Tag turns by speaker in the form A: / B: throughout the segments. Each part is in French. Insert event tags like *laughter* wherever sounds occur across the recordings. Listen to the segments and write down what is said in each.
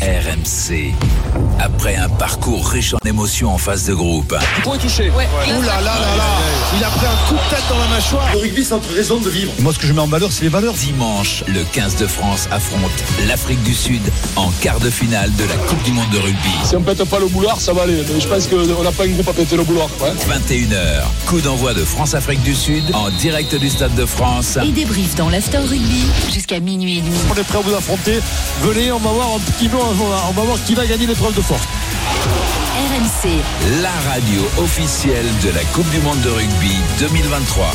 A: RMC. Après un parcours riche en émotions en phase de groupe.
B: Point touché. Ouh là là là là. Il a pris un coup de tête dans la mâchoire.
C: Le rugby, c'est entre raison de vivre.
D: Moi, ce que je mets en valeur, c'est les valeurs.
A: Dimanche, le 15 de France affronte l'Afrique du Sud en quart de finale de la Coupe du Monde de rugby.
E: Si on pète pas le boulard, ça va aller. Mais je pense qu'on n'a pas une groupe à péter le boulard. hein. Ouais.
A: 21h, coup d'envoi de France-Afrique du Sud en direct du Stade de France.
F: et débrief dans l'After Rugby jusqu'à minuit et demi.
E: On est prêt à vous affronter. Venez, on va voir un petit peu, on va- on va voir qui va gagner l'épreuve de force.
F: RMC,
A: La radio officielle de la Coupe du Monde de rugby 2023.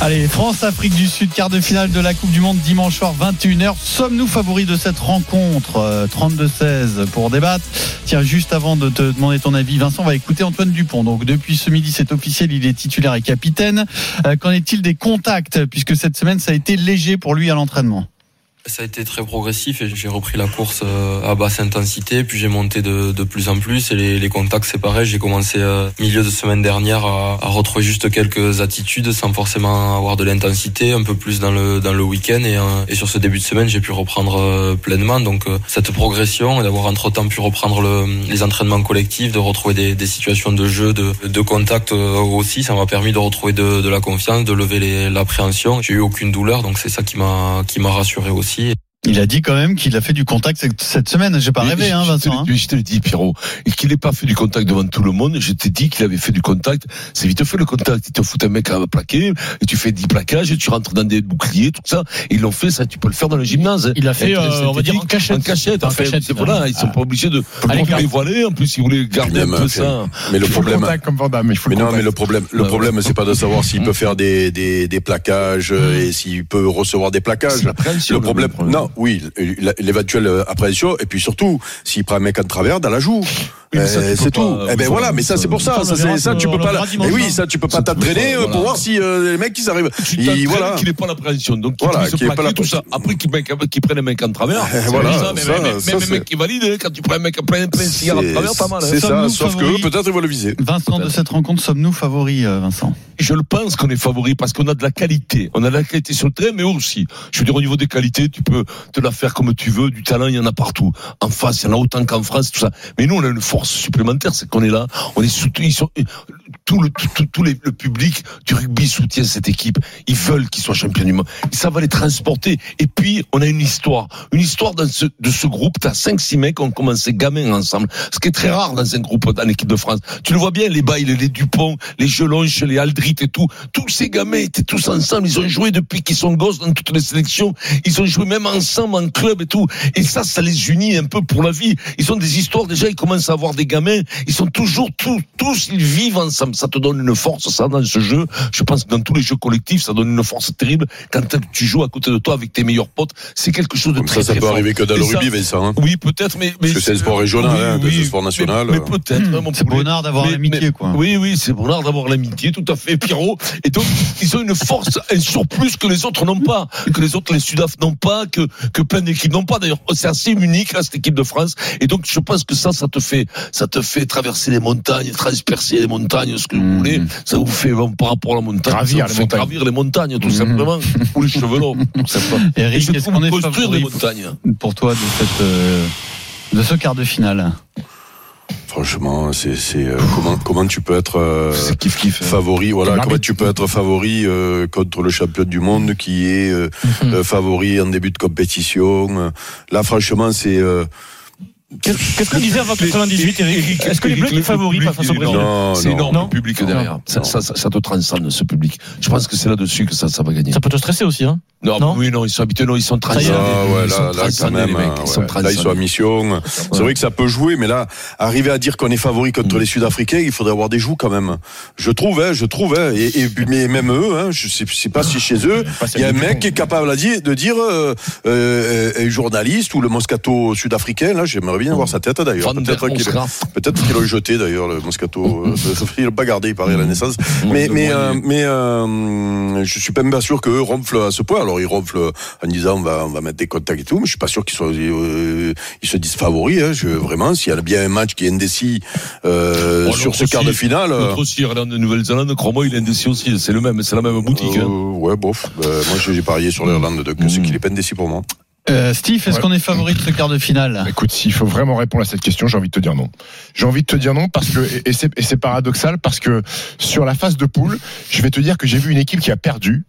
G: Allez, France-Afrique du Sud, quart de finale de la Coupe du Monde, dimanche soir, 21h. Sommes-nous favoris de cette rencontre Euh, 32-16 pour débattre. Tiens, juste avant de te demander ton avis, Vincent, on va écouter Antoine Dupont. Donc, depuis ce midi, c'est officiel, il est titulaire et capitaine. Euh, Qu'en est-il des contacts Puisque cette semaine, ça a été léger pour lui à l'entraînement.
H: Ça a été très progressif et j'ai repris la course euh, à basse intensité, puis j'ai monté de, de plus en plus et les, les contacts c'est pareil, j'ai commencé euh, milieu de semaine dernière à, à retrouver juste quelques attitudes sans forcément avoir de l'intensité, un peu plus dans le, dans le week-end et, euh, et sur ce début de semaine j'ai pu reprendre euh, pleinement donc euh, cette progression et d'avoir entre-temps pu reprendre le- les entraînements collectifs, de retrouver des, des situations de jeu, de, de contact euh, aussi, ça m'a permis de retrouver de, de la confiance, de lever les- l'appréhension. J'ai eu aucune douleur donc c'est ça qui m'a qui m'a rassuré aussi.
G: Il a dit quand même qu'il a fait du contact cette- cette semaine. J'ai pas
I: Mais
G: rêvé,
I: je-
G: hein,
I: je te le-
G: Vincent. hein.
I: Je te le dis, Pierrot. Et qu'il n'ait pas fait du contact devant tout le monde, je t'ai dit qu'il avait fait du contact. C'est vite fait le contact. Ils te foutent un mec à plaquer, et tu fais 10 plaquages, et tu rentres dans des boucliers, tout ça. Et ils l'ont fait, ça, tu peux le faire dans le
G: hein.
I: gymnase.
J: Il a fait,
I: Et
J: euh,
I: synthétique,
J: on va dire, en cachette.
I: En cachette,
J: En
I: enfin,
J: cachette, hein.
I: c'est-
J: finalement.
I: voilà, ils sont pas obligés de
J: À
I: de
J: l'écart.
I: les voiler. En plus, ils voulaient garder un
K: Même,
I: peu
K: euh,
I: ça.
K: Mais le
I: Il faut
K: problème,
I: contact comme Van Damme, il faut
K: mais
I: le
K: non,
I: contact.
K: mais le problème, le
I: Ouais. Mm.
K: problème, c'est pas de savoir s'il peut faire des, des, des plaquages euh, et s'il peut recevoir des plaquages.
I: C'est l'appréhension,
K: Le
I: le
K: problème,
I: problème.
K: non, oui, l- l'éventuelle euh, appréhension, et puis surtout, s'il prend un mec en travers, dans la joue.
I: Oui, mais ça, tu
K: Euh,
I: peux
K: c'est
I: pas,
K: tout.
I: euh,
K: Eh ben
I: ça,
K: voilà, mais ça
I: ça,
K: c'est pour
G: ça,
K: ça.
G: on
K: Ça,
G: le
K: c'est
G: verra
K: ça,
G: ce-
K: tu
G: on
K: peux
G: le
K: pas.
G: verra
K: la-
G: dimanche
K: Eh oui,
G: soir.
K: ça, tu peux
I: Ça,
K: pas
I: tu peux
K: t'entraîner
I: pas,
K: euh, pour
I: hein. voilà.
K: voir si euh, les mecs ils arrivent.
I: tu
K: Ils-
I: t'entraînes
K: Voilà.
I: qu'il n'ait pas l'appréhension. Donc,
K: Voilà,
I: qu'il
K: qu'il ait pas la-
I: tout ça. Après, qu'il mec- euh, qu'il prenne un mec en travers. c'est
K: voilà,
I: bizarre, mais
K: ça,
I: mais- mais-
K: ça,
I: Même un
K: c'est-
I: mec qui est valide, hein, quand tu prends un mec en plein plein
K: C'est
I: cigare en travers, pas mal. hein.
K: c'est ça,
G: Sommes-nous
K: sauf que
G: favoris
K: eux, peut-être ils vont le viser.
G: Vincent, de cette rencontre, sommes-nous favoris, euh, Vincent
I: Je le pense qu'on est favori parce qu'on a de la qualité. On a de la qualité sur le terrain, mais aussi, je veux dire, au niveau des qualités, tu peux te la faire comme tu veux. Du talent, il y en a partout. En face, il y en a autant qu'en France, tout ça. Mais nous, on a une force supplémentaire, c'est qu'on est là. On est soutenu. Ils sont, tout le, tout, tout- tout les- le public du rugby soutient cette équipe. Ils veulent qu'ils soient champions du monde. Ça va les transporter. Et puis, on a une histoire. Une histoire dans ce, de ce groupe. T'as 5-6 mecs qui ont commencé gamins ensemble. Ce qui est très rare dans un groupe, dans l'équipe de France. Tu le vois bien, les Bail, les Dupont, les Gelonche, les Aldrit et tout. Tous ces gamins étaient tous ensemble. Ils ont joué depuis qu'ils sont gosses dans toutes les sélections. Ils ont joué même ensemble en club et tout. Et ça, ça les unit un peu pour la vie. Ils ont des histoires déjà. Ils commencent à avoir des gamins. Ils sont toujours tous, tous, ils vivent ensemble. Ça te donne une force, ça, dans ce jeu. Je pense que dans tous les jeux collectifs, ça donne une force terrible. Quand tu joues à côté de toi avec tes meilleurs potes, c'est quelque chose de
K: Comme
I: très,
K: ça, ça
I: très
K: peut
I: fort.
K: arriver que dans
I: Et
K: le
I: ça,
K: rugby, Vincent. hein.
I: oui, peut-être, mais. mais euh,
K: Parce que c'est un sport régional, hein, c'est un sport national.
I: Mais, mais peut-être, hein, mon
G: Hmm, C'est
I: poulet.
G: bonheur d'avoir
I: Mais-
G: l'amitié,
I: mais-
G: quoi.
I: Oui, oui, c'est bonheur d'avoir l'amitié, tout à fait, Pierrot. Et donc, ils ont une force, un surplus que les autres n'ont pas, que les autres, les Sudaf n'ont pas, que, que plein d'équipes n'ont pas. D'ailleurs, c'est assez unique, à cette équipe de France. Et donc, je pense que ça, ça te fait, ça te fait traverser les montagnes, transpercer les montagnes, ce que vous voulez. Ça vous fait, bon, par rapport à la montagne,
J: Gravir
I: ça vous
J: les
I: fait
J: montagnes.
I: gravir les montagnes, tout simplement, ou les cheveux longs, tout simplement. Et
G: Eric,
I: je
G: est-ce
I: trouve
G: qu'on est
I: construire des
G: favori
I: montagnes.
G: pour toi de, cette, euh, de ce quart de finale
K: Franchement, c'est c'est euh, comment comment tu peux être euh,
I: C'est kiff kiff.
K: favori
J: Comme
K: voilà
J: l'arbitre.
K: comment tu peux être favori euh, contre le champion du monde qui est euh, euh, favori en début de compétition. Euh, Là franchement, c'est euh,
E: Qu'est-ce qu'on disait avant 98, Eric Est-ce que les Bleus
I: Eric,
E: sont
I: le
E: favoris
I: public,
E: face au
I: il est
E: Brésil
I: énorme. C'est énorme,
E: Non
I: le public derrière. Ça, ça, ça- ça te transcende, ce public. Je pense que c'est là-dessus que ça, ça va gagner.
E: Ça peut te stresser aussi, hein
I: Non,
E: Non
I: oui, non, ils sont habités, non, ils sont
E: Ça y est.
I: transcendés.
K: Ah ouais,
I: ils sont
K: là, là, quand
I: transcendés,
K: même,
I: les mecs.
K: hein,
I: Ils sont
K: ouais. Là, ils sont à
I: transcendés.
K: mission. C'est
I: Ouais.
K: vrai que ça peut jouer, mais là, arriver à dire qu'on est favori contre
I: Mm.
K: les Sud-Africains, il faudrait avoir des joues quand même. Je trouve, hein, je trouve, hein, et, et- mais même eux, hein, je sais, je sais pas si chez eux, il y a un mec qui est capable à dire, de dire, euh, euh, euh, journaliste ou le Moscato sud-africain, là, j'aimerais bien voir sa tête d'ailleurs.
I: Mm. Van der
K: Peut-être qu'il
I: Onstra.
K: peut-être qu'il l'a jeté d'ailleurs, le Moscato.
I: *laughs*
K: euh, il l'a pas gardé, il paraît, à la naissance. Mais,
I: de
K: mais,
I: moyens.
K: euh, mais euh, je suis même pas sûr qu'eux ronflent à ce point. Alors ils ronflent en disant on va, on va mettre des contacts et tout, mais je suis pas sûr qu'ils soient, euh, ils se disent favoris. Hein, je, vraiment, s'il y a bien un match qui est indécis euh,
I: Oh,
K: sur
I: l'autre
K: ce quart de
I: aussi,
K: finale. euh,
I: L'autre aussi, Irlande, Nouvelle-Zélande, crois-moi, il est indécis aussi. C'est le même, c'est la même boutique.
K: euh,
I: hein.
K: ouais, bof. Euh, moi, j'ai j'ai parié sur l'Irlande de que ce qu'il est pas indécis pour moi.
G: Euh, Steve, est-ce qu'on est favori de ce quart de finale
C: Écoute, s'il faut vraiment répondre à cette question, j'ai envie de te dire non. J'ai envie de te dire non parce que, et- et c'est et c'est paradoxal, parce que sur la phase de poule, je vais te dire que j'ai vu une équipe qui a perdu.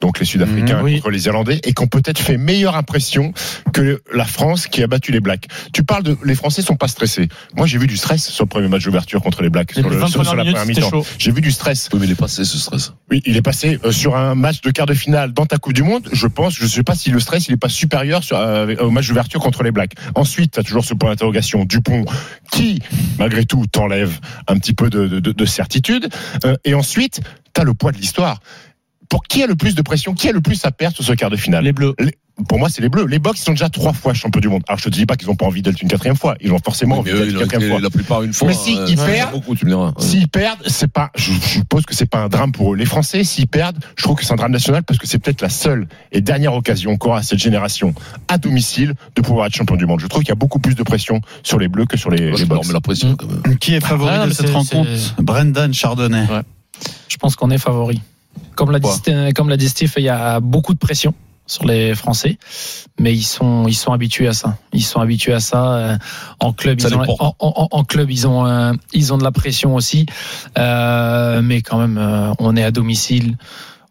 C: Donc les Sud-Africains
E: Mhm, oui.
C: contre les Irlandais et qui ont peut-être fait meilleure impression que la France qui a battu les Blacks. Tu parles de les Français sont pas stressés. Moi j'ai vu du stress sur le premier match d'ouverture contre les Blacks
E: Les
C: sur, le-
E: 20
C: sur- sur la
E: premières
C: première
E: minutes, c'était
C: mi-temps.
E: chaud.
C: J'ai vu du stress.
I: Oui, mais il est passé, ce stress.
C: Oui, il est passé euh, sur un match de quart de finale dans ta Coupe du Monde. Je pense, je ne sais pas si le stress il est pas supérieur sur, euh, au match d'ouverture contre les Blacks. Ensuite, tu as toujours ce point d'interrogation Dupont, qui malgré tout t'enlève un petit peu de, de- de- de certitude. Euh, et ensuite, tu as le poids de l'histoire. Pour qui a le plus de pression Qui a le plus à perdre sur ce quart de finale
E: Les Bleus.
C: Les- pour moi, c'est les Bleus. Les Box, ils sont déjà trois fois champions du monde. Alors, je te dis pas qu'ils ont pas envie d'être une quatrième fois. Ils ont forcément
I: Mais euh,
C: envie
I: eux,
C: d'être
I: ils
C: une
I: l'ont
C: quatrième
I: été
C: fois.
I: la plupart une fois.
C: Mais si,
I: euh,
C: ils
I: ouais,
C: perdent.
I: beaucoup, tu me diras. Ouais.
C: S'ils perdent, c'est pas, je, je suppose que c'est pas un drame pour eux. Les Français, s'ils perdent, je trouve que c'est un drame national parce que c'est peut-être la seule et dernière occasion qu'aura cette génération à domicile de pouvoir être champion du monde. Je trouve qu'il y a beaucoup plus de pression sur les Bleus que sur les,
I: Ouais,
C: les
I: je leur
C: Box.
I: mets la pression, quand même.
G: Qui est favori
E: Ah, non,
G: de
E: mais
G: cette
E: c'est-
G: rencontre
E: c'est-
G: Brendan Chardonnay.
D: Je pense qu'on est favori. Comme l'a dit, St- comme l'a dit Steve, il y a beaucoup de pression sur les Français, mais ils sont ils sont habitués à ça. Ils sont habitués à ça euh, en club.
I: Ça
D: ils ont,
I: les porte.
D: en, en- en club, ils ont euh, ils ont de la pression aussi, Euh, mais quand même, euh, on est à domicile.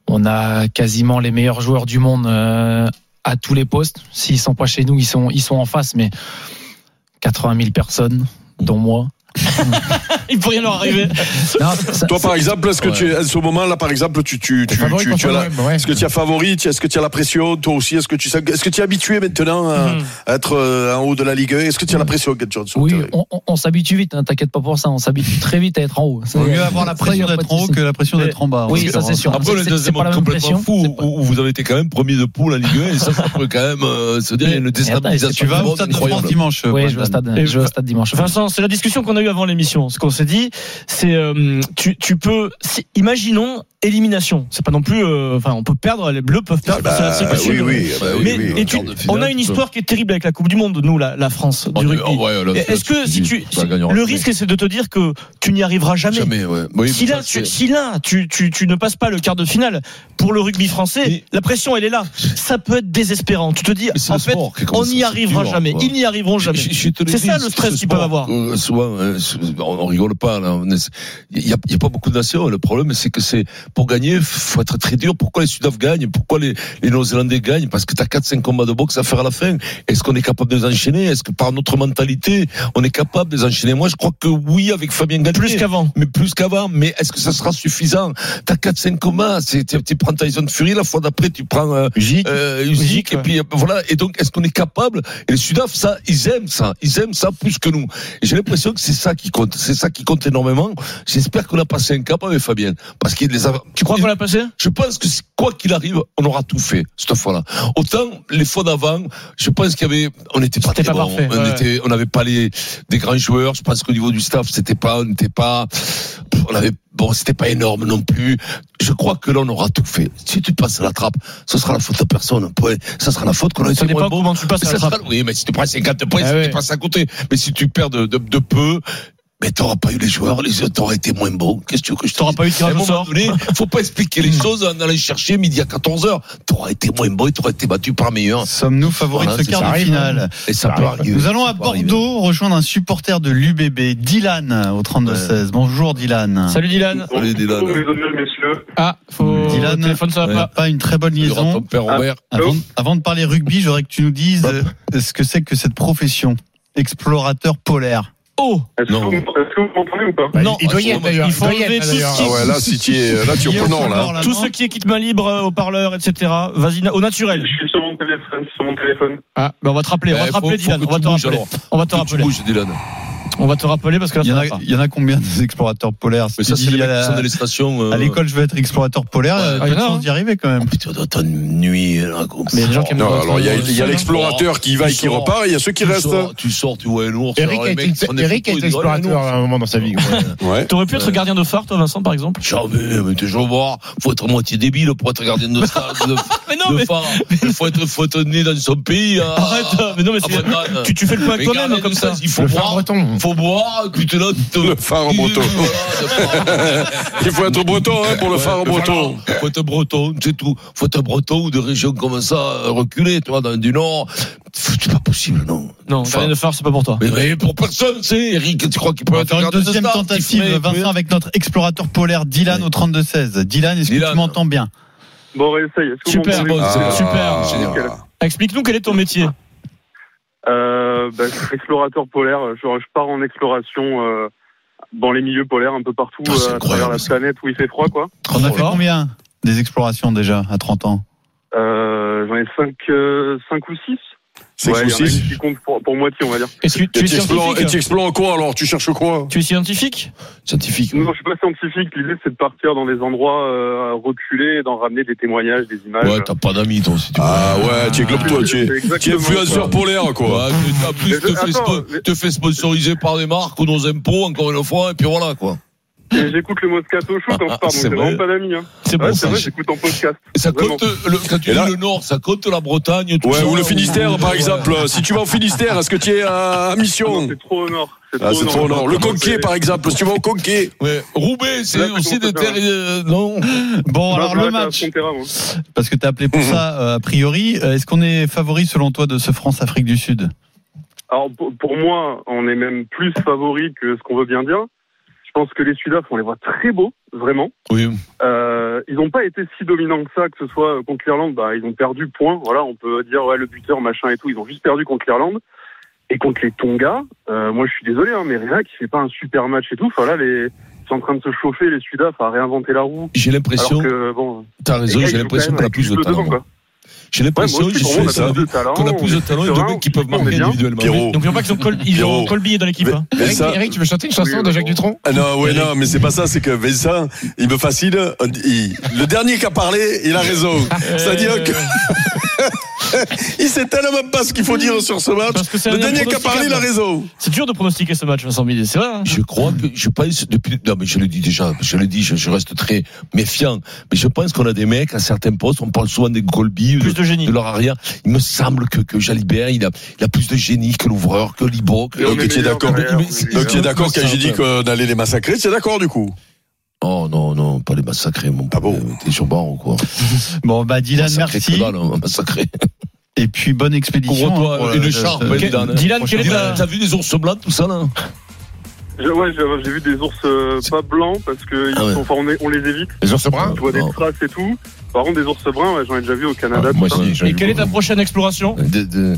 D: On a quasiment les meilleurs joueurs du monde euh, à tous les postes. S'ils sont pas chez nous, ils sont ils sont en face, mais 80 000 personnes, dont moi.
E: *laughs* Il peut rien leur arriver.
D: Non,
G: Bah,
D: ça-
K: Toi, par exemple, est-ce que
I: Ouais.
K: tu es, à ce moment là, par exemple, tu, tu, tu,
C: T'es favori
K: tu-
C: contre
K: tu as la-
C: l'OM, ouais.
K: Est-ce que tu as favori tu- Est-ce que tu as la pression Toi aussi, est-ce que tu sais- est-ce que tu es habitué maintenant
I: Hmm. Mmh.
K: à, à être euh, en haut de la Ligue 1 Est-ce que tu as la pression, Gad Johnson
D: Mmh. Oui, on, on- on s'habitue vite, hein, t'inquiète pas pour ça, on s'habitue très vite à être en haut. Ça,
G: Vaut mieux
D: euh,
G: avoir la
D: ça,
G: pression
D: y a pas
G: d'être
D: de
G: en haut
D: souci.
G: que la pression d'être en bas.
D: Oui,
G: hein.
D: ça, c'est sûr.
I: Après, le
D: c'est-
I: deuxième
D: c'est pas la
I: monde
D: même
I: complètement
D: pression,
I: fou,
D: c'est pas-
I: où, où vous avez été quand même premier de poule en Ligue 1, et ça, ça peut quand même euh, se dire, il y a une
D: attends,
I: déstabilisation.
G: Tu vas
I: du
G: au
I: monde
G: Stade de France
I: incroyable.
G: dimanche. euh,
D: Oui,
G: Brendan.
D: je vais au stade,
E: Et
D: je vais au stade dimanche.
E: Vincent, c'est la discussion qu'on a eue avant l'émission. Ce qu'on s'est dit, c'est euh, tu, tu peux, si- imaginons élimination. C'est pas non plus, euh, enfin, on peut perdre, les Bleus peuvent perdre.
K: Bah,
E: c'est la seule
K: oui,
E: possible.
I: Eh
K: oui,
I: ben
K: bah, oui,
E: Mais
K: oui.
E: et tu-
I: Quart de finale,
E: on a une
I: tu peux.
E: histoire qui est terrible avec la Coupe du Monde, nous, la, la France
I: Oh,
E: du
I: mais-
E: rugby.
I: oh, ouais, là,
E: Est-ce
I: là,
E: que si
I: dis,
E: tu,
I: ça gagnera.
E: le risque, c'est de te dire que tu n'y arriveras jamais.
I: Jamais, ouais. Oui,
E: Si
I: ça,
E: là, tu,
I: c'est-
E: si là tu, tu, tu ne passes pas le quart de finale pour le rugby français,
I: Mais-
E: la pression elle est là. Ça peut être désespérant. Tu te dis,
I: Mais c'est
E: en
I: le
E: fait,
I: sport qui est comme
E: on
I: ça,
E: n'y
I: c'est
E: arrivera
I: dur,
E: jamais.
I: quoi.
E: Ils n'y arriveront jamais.
I: Je- je- je te le
E: C'est
I: dis,
E: ça, le stress
I: ce
E: qu'ils peuvent
I: sport,
E: avoir.
I: euh, souvent, hein, ce- on, on rigole pas. là, on est- Il n'y a, il y a pas beaucoup de nations. Le problème, c'est que c'est pour gagner, faut être très dur. Pourquoi les Sudaf gagnent Pourquoi les, les Néo-Zélandais gagnent Parce que tu as 4-5 combats de boxe à faire à la fin. Est-ce qu'on est capable de les enchaîner Est-ce que par notre mentalité, on est capable de les enchaîner Moi, je crois que oui, avec Fabien Galtier.
E: Plus qu'avant.
I: Mais plus qu'avant, mais est-ce que ça sera suffisant T'as 4-5 combats, c'est- tu tu prends Tyson Fury, la fois d'après tu prends euh,
C: Usyk.
I: euh,
E: Usyk,
I: Usyk, et
E: ouais.
I: puis euh, voilà. Et donc, est-ce qu'on est capable Et les Sudaf, ça, ils aiment ça, ils aiment ça plus que nous. Et j'ai l'impression que c'est ça qui compte, c'est ça qui compte énormément. J'espère qu'on a passé un cap avec Fabien, parce qu'il les a.
E: Tu crois qu'on l'a passé
I: Je pense que c'est- quoi qu'il arrive, on aura tout fait cette fois-là. Autant les fois d'avant, je pense qu'il y avait, on n'était pas
E: C'était
I: très
E: pas
I: bons.
E: parfait,
I: on
E: ouais.
I: était- on n'avait pas les des grands joueurs. Je pense qu'au niveau du staff, c'était pas, on n'était pas, on avait bon, c'était pas énorme non plus. Je crois que là, on aura tout fait. Si tu passes à la trappe, ce sera la faute de personne. Point. Ça sera la faute qu'on a
E: Ça
I: été
E: dépend
I: moins bon.
E: comment tu passes à
I: Ça
E: la trappe.
I: sera- oui, mais si tu prends 50 points,
E: Ah
I: c'est que
E: ouais.
I: tu passes à côté. Mais si tu perds de, de, de peu, mais t'auras pas eu les joueurs, les autres t'auras été moins bon. Qu'est-ce que tu veux que je te
E: T'auras
I: dise
E: pas eu de tirage
I: À un
E: au
I: moment
E: sort. *laughs* Hmm.
I: donné, faut pas expliquer les choses en allant chercher midi à 14h. T'auras été moins bon et t'auras été battu par meilleur.
G: Sommes-nous favoris
I: Voilà,
G: de
I: c'est
G: ce quart
I: ça
G: de
I: arrive,
G: finale
I: Et ça,
E: Bah,
C: Ça
I: peut
C: arrive.
I: arriver.
G: Nous allons à
I: Ça peut arriver.
G: Bordeaux rejoindre un supporter de l'UBB, Dylan, au 32-16. Bonjour Dylan.
D: Salut Dylan.
I: Salut, Dylan.
D: Ah,
I: Mmh.
D: faut...
G: Dylan.
D: téléphone ça va
I: Ouais.
D: pas.
G: Pas une très bonne
I: Il y aura ton
G: liaison.
I: père Robert.
G: Avant, avant de parler rugby, j'aurais que tu nous dises euh, ce que c'est que cette profession. explorateur polaire.
E: Oh
J: Est-ce que vous est-ce que vous m'entendez ou pas
I: Bah,
E: Non, il, faut enlever tout ce qui
K: Ah ouais, là, si tu es, là, tu es prenant, là.
E: tout ce qui est quitte main libre, euh, haut-parleur, etc. Vas-y, na- au naturel.
J: Je suis sur mon téléphone, sur mon téléphone.
E: Ah, ben on va te rappeler, on va
J: Eh,
E: te
J: faut-
E: rappeler,
J: faut
E: Dylan.
J: que
E: On va
J: tu
E: te
J: bouges,
E: rappeler.
J: alors.
E: On va te rappeler. On va te rappeler parce que là,
G: Il y, en
E: ça
G: a,
E: va pas.
G: il y en a combien des explorateurs polaires
I: Mais ça,
G: Tu
I: c'est
G: dis
I: les mecs
G: à
I: qui
G: la-
I: sont dans les stations. euh,
G: À l'école, je veux être explorateur polaire. euh,
I: Ah, il y
G: T'as
I: en a,
G: chance
I: hein.
G: d'y arriver quand même.
I: Putain, d'automne, nuit, là, comme
G: Mais
I: ça.
G: les gens qui aiment
K: Non, pas alors, il y a- il y a l'explorateur qui va et qui
I: Tu sors,
K: repart, et il y a ceux qui
I: tu
K: restent.
I: sors, Tu sors, tu vois un ours.
C: Eric
I: alors,
C: a
I: les
C: été-
I: mecs, ils font des
C: Eric a
I: photos,
C: été
I: ils disent, oh, là,
C: explorateur
J: euh,
I: non,
C: à un moment dans sa vie.
K: Ouais.
E: T'aurais pu être gardien de phare, toi, Vincent, par exemple
I: Jamais, mais t'es toujours voir. Faut être moitié débile pour être gardien de phare. *laughs* De,
E: Mais non,
I: de
E: mais-
I: phare. Faut être, faut être né dans son pays. hein. à-
E: Arrête, mais non, mais c'est-
I: à Bretagne.
E: tu- tu fais le point
I: Mais
E: toi-même,
I: gardien
E: comme
I: de
E: ça.
I: phare, Il *laughs* faut
E: Le phare
I: boire. Faut boire, puis t'es là, tu te-
K: Le phare
E: *laughs*
K: en breton. Il faut être breton, hein, pour le phare en
I: Ouais,
K: breton.
I: voilà. Faut être breton, c'est tout. Faut être breton ou de régions comme ça, euh, reculées, tu vois, dans, du nord. Pff, C'est pas possible, non.
E: Non,
I: Enfin,
E: gardien de phare, c'est pas pour toi.
I: mais, mais pour personne, c'est Eric, tu crois qu'il peut
G: On va
I: être
G: faire une
I: gardien de
G: deuxième
I: phare, il
G: tentative,
I: fait-
G: Vincent, avec notre explorateur polaire Dylan au 32-16. Dylan, est-ce que tu m'entends bien
J: Bon, on réessaye. Est-ce que vous
E: Super,
J: m'entendez
E: c'est
K: Ah.
E: super.
J: Nickel.
E: Explique-nous quel est ton métier.
J: Euh, bah, je suis explorateur polaire. Je, je pars en exploration euh, dans les milieux polaires, un peu partout,
I: c'est
J: euh, à travers la planète où il fait froid, quoi.
G: On a fait combien des explorations déjà à 30 ans
J: Euh, J'en ai 5 cinq ou 6.
K: Cinq ou
J: ouais, il y en a
K: six.
J: une qui compte pour, pour moitié, on va dire.
E: Est-ce que
K: Et
E: tu es
K: tu explores- et tu
E: scientifique
K: explores quoi alors Tu cherches quoi
E: Tu es scientifique
I: Scientifique.
J: Non, je suis pas scientifique. L'idée, c'est de partir dans des endroits euh, reculés et d'en ramener des témoignages, des images.
I: Ouais, t'as pas d'amis, toi, si tu
K: Ah ouais, tu es globe toi, tu es,
J: C'est exactement
K: tu es influenceur
J: ça.
K: polaire, quoi.
I: Ouais, mais en plus,
J: Mais
I: te
J: attends,
I: fais, spo-
J: mais-
I: te fais sponsoriser par des marques ou nos impôts, encore une fois, et puis voilà, quoi. Ah,
J: Et J'écoute le Moscato Show quand je pars, donc
I: C'est
J: j'ai
I: vrai.
J: vraiment pas d'amis. Hein.
I: C'est
J: Ouais,
I: bon,
J: c'est
I: ça.
J: vrai, j'écoute en podcast.
I: Et ça
J: Vraiment.
I: compte, le, quand tu
K: Et
I: dis
K: là-
I: le Nord, ça compte la Bretagne, tout
K: Ouais,
I: ça,
K: ou le
I: là,
K: Finistère, par
I: ouais.
K: exemple. Si tu vas au Finistère, est-ce que tu es à
J: Ah
K: mission
J: non, C'est trop au nord.
K: Ah, c'est trop long. Le Conquet,
J: Conquet
K: par exemple. Si tu vas au Conquet.
I: Ouais. Roubaix,
J: Là,
I: c'est
J: c'est
I: aussi
J: bon,
I: des
J: c'est
I: terres,
J: bien.
I: euh, non.
K: Bah,
G: Bon, alors
J: Bah,
G: le match, parce que t'as appelé pour ça, euh, a priori, euh, est-ce qu'on est favori selon toi de ce France-Afrique du Sud
J: Alors pour, pour moi, on est même plus favori que ce qu'on veut bien dire. Je pense que les Sudaf, on les voit très beaux, vraiment.
I: Oui.
J: Euh, ils n'ont pas été si dominants que ça, que ce soit euh, contre l'Irlande, bah, ils ont perdu point. Voilà, on peut dire ouais, le buteur, machin et tout. Ils ont juste perdu contre l'Irlande. Et contre les Tonga, euh, moi je suis désolé, hein, mais Réa qui fait pas un super match et tout. Enfin là, les, ils sont en train de se chauffer, les Sudaf, à réinventer la roue.
I: J'ai
J: Alors
I: l'impression,
J: que bon,
I: t'as raison,
J: les gars,
I: j'ai
J: ils jouent
I: l'impression qu'on
J: quand
I: a
J: même
I: plus de
J: avec le devant,
I: talent.
J: quoi.
I: J'ai
J: Ouais, moi
I: l'impression,
J: aussi,
I: j'ai
J: pour moi, on a
I: ça,
J: plus de talent.
I: qu'on a plus de talent et de
J: Serein,
I: mecs qui peuvent
J: on est
I: marquer
J: bien.
I: individuellement.
K: Pierrot.
E: Donc, n'oublions pas qu'ils ont, Col- ils ont
K: Pierrot.
E: Colby dans l'équipe. hein.
K: Mais ça-
D: Eric, tu veux chanter une
J: chanson
D: chanson
J: Oui, euh,
D: de
J: de Jacques
D: Jacques
J: bon.
D: Dutronc
K: Ah non, ouais, non, mais c'est pas ça, c'est que Vincent, il me fascine. On dit- il- le dernier qui a parlé, il a raison.
E: hein.
K: C'est-à-dire que.
E: Euh,
K: il sait tellement pas ce qu'il faut dire sur ce match.
E: Parce que c'est
K: Le
E: un
K: dernier qui a parlé, il a raison.
E: C'est dur de pronostiquer ce match, Vincent Millet, c'est vrai. hein
I: Je crois que je pense depuis non mais je le dis déjà je le dis je, je reste très méfiant mais je pense qu'on a des mecs à certains postes on parle souvent des Golby
E: Plus de génie.
I: de leur arrière il me semble que que Jalibert il a il a plus de génie que l'ouvreur que Libo que
J: Et on
K: Donc,
J: est
K: tu es
J: meilleur
K: d'accord.
J: derrière,
I: Mais
J: on est
I: c'est-
K: Donc
J: meilleur.
K: tu es d'accord quand j'ai dit
I: Ouais.
K: qu'on allait les massacrer, tu es d'accord du coup
I: oh non non pas les massacrer mon
K: Ah bon
I: pauvre, t'es sur barre ou quoi
G: Bon, bah
E: Ah,
G: Dylan,
I: Massacrer que
G: merci.
I: dalle, hein, massacrer
G: Et puis bonne expédition. hein,
E: Oh
G: pour
I: couvre-toi une
G: le-
I: écharpe
G: le-
I: hein, Dylan hein.
E: Dylan, quelle est ta-
I: t'as vu les ours blancs tout ça là
J: Je- ouais, j'ai j'ai vu des ours euh, pas blancs parce que ils
I: Ah ouais.
J: sont- enfin, on, est- on les évite.
I: les ours
J: On voit des traces et tout. Par contre, des ours bruns, ouais, j'en ai déjà vu au Canada. tout
I: Ah, moi
J: ça.
I: aussi j'en ai
E: Et quelle est
I: vu.
E: ta prochaine exploration
I: De- de-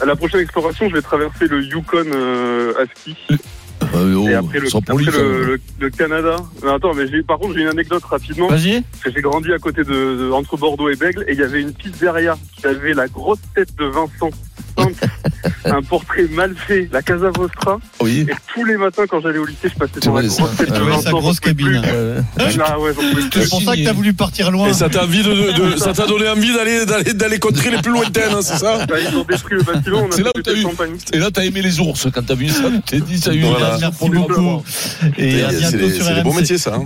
J: À la prochaine exploration, je vais traverser le Yukon euh, à ski
I: euh, oh,
J: et après, le,
I: sans
J: après
I: poli, quand même.
J: le, le- le Canada. Non, attends, mais j'ai- par contre, j'ai une anecdote rapidement.
E: Vas-y.
J: Parce que j'ai grandi à côté de, de- entre Bordeaux et Bègle et il y avait une pizzeria qui avait la grosse tête de Vincent. Sainte, un portrait mal fait, la Casa Vostra.
I: oui
J: Et tous les matins, quand j'allais au lycée, je
I: Tu
J: passais devant la
I: vois, ça.
J: grosse tête de
G: Ah ouais,
J: Vincent.
G: sa grosse
J: j'en pouvais plus.
G: cabine.
J: Ah ouais, j'en pouvais plus.
G: C'est pour ça que t'as voulu partir loin.
K: Et ça t'a envie de, de- de- ça t'a donné envie d'aller d'aller d'aller contrer les plus lointaines, hein, c'est ça
J: Bah, ils ont détruit le bâtiment, on a
I: C'est là
J: fait
I: où
J: péter
I: t'as
J: le
I: eu-
J: champagne.
I: Et là, t'as aimé les ours quand t'as vu ça. Tu t'es dit, ça a eu
K: Voilà.
I: un
G: Merci
I: problème.
G: beaucoup. Et à
K: C'est
G: bientôt
K: des-
G: sur
K: c'est des bons
G: RMC.
K: métiers ça. hein.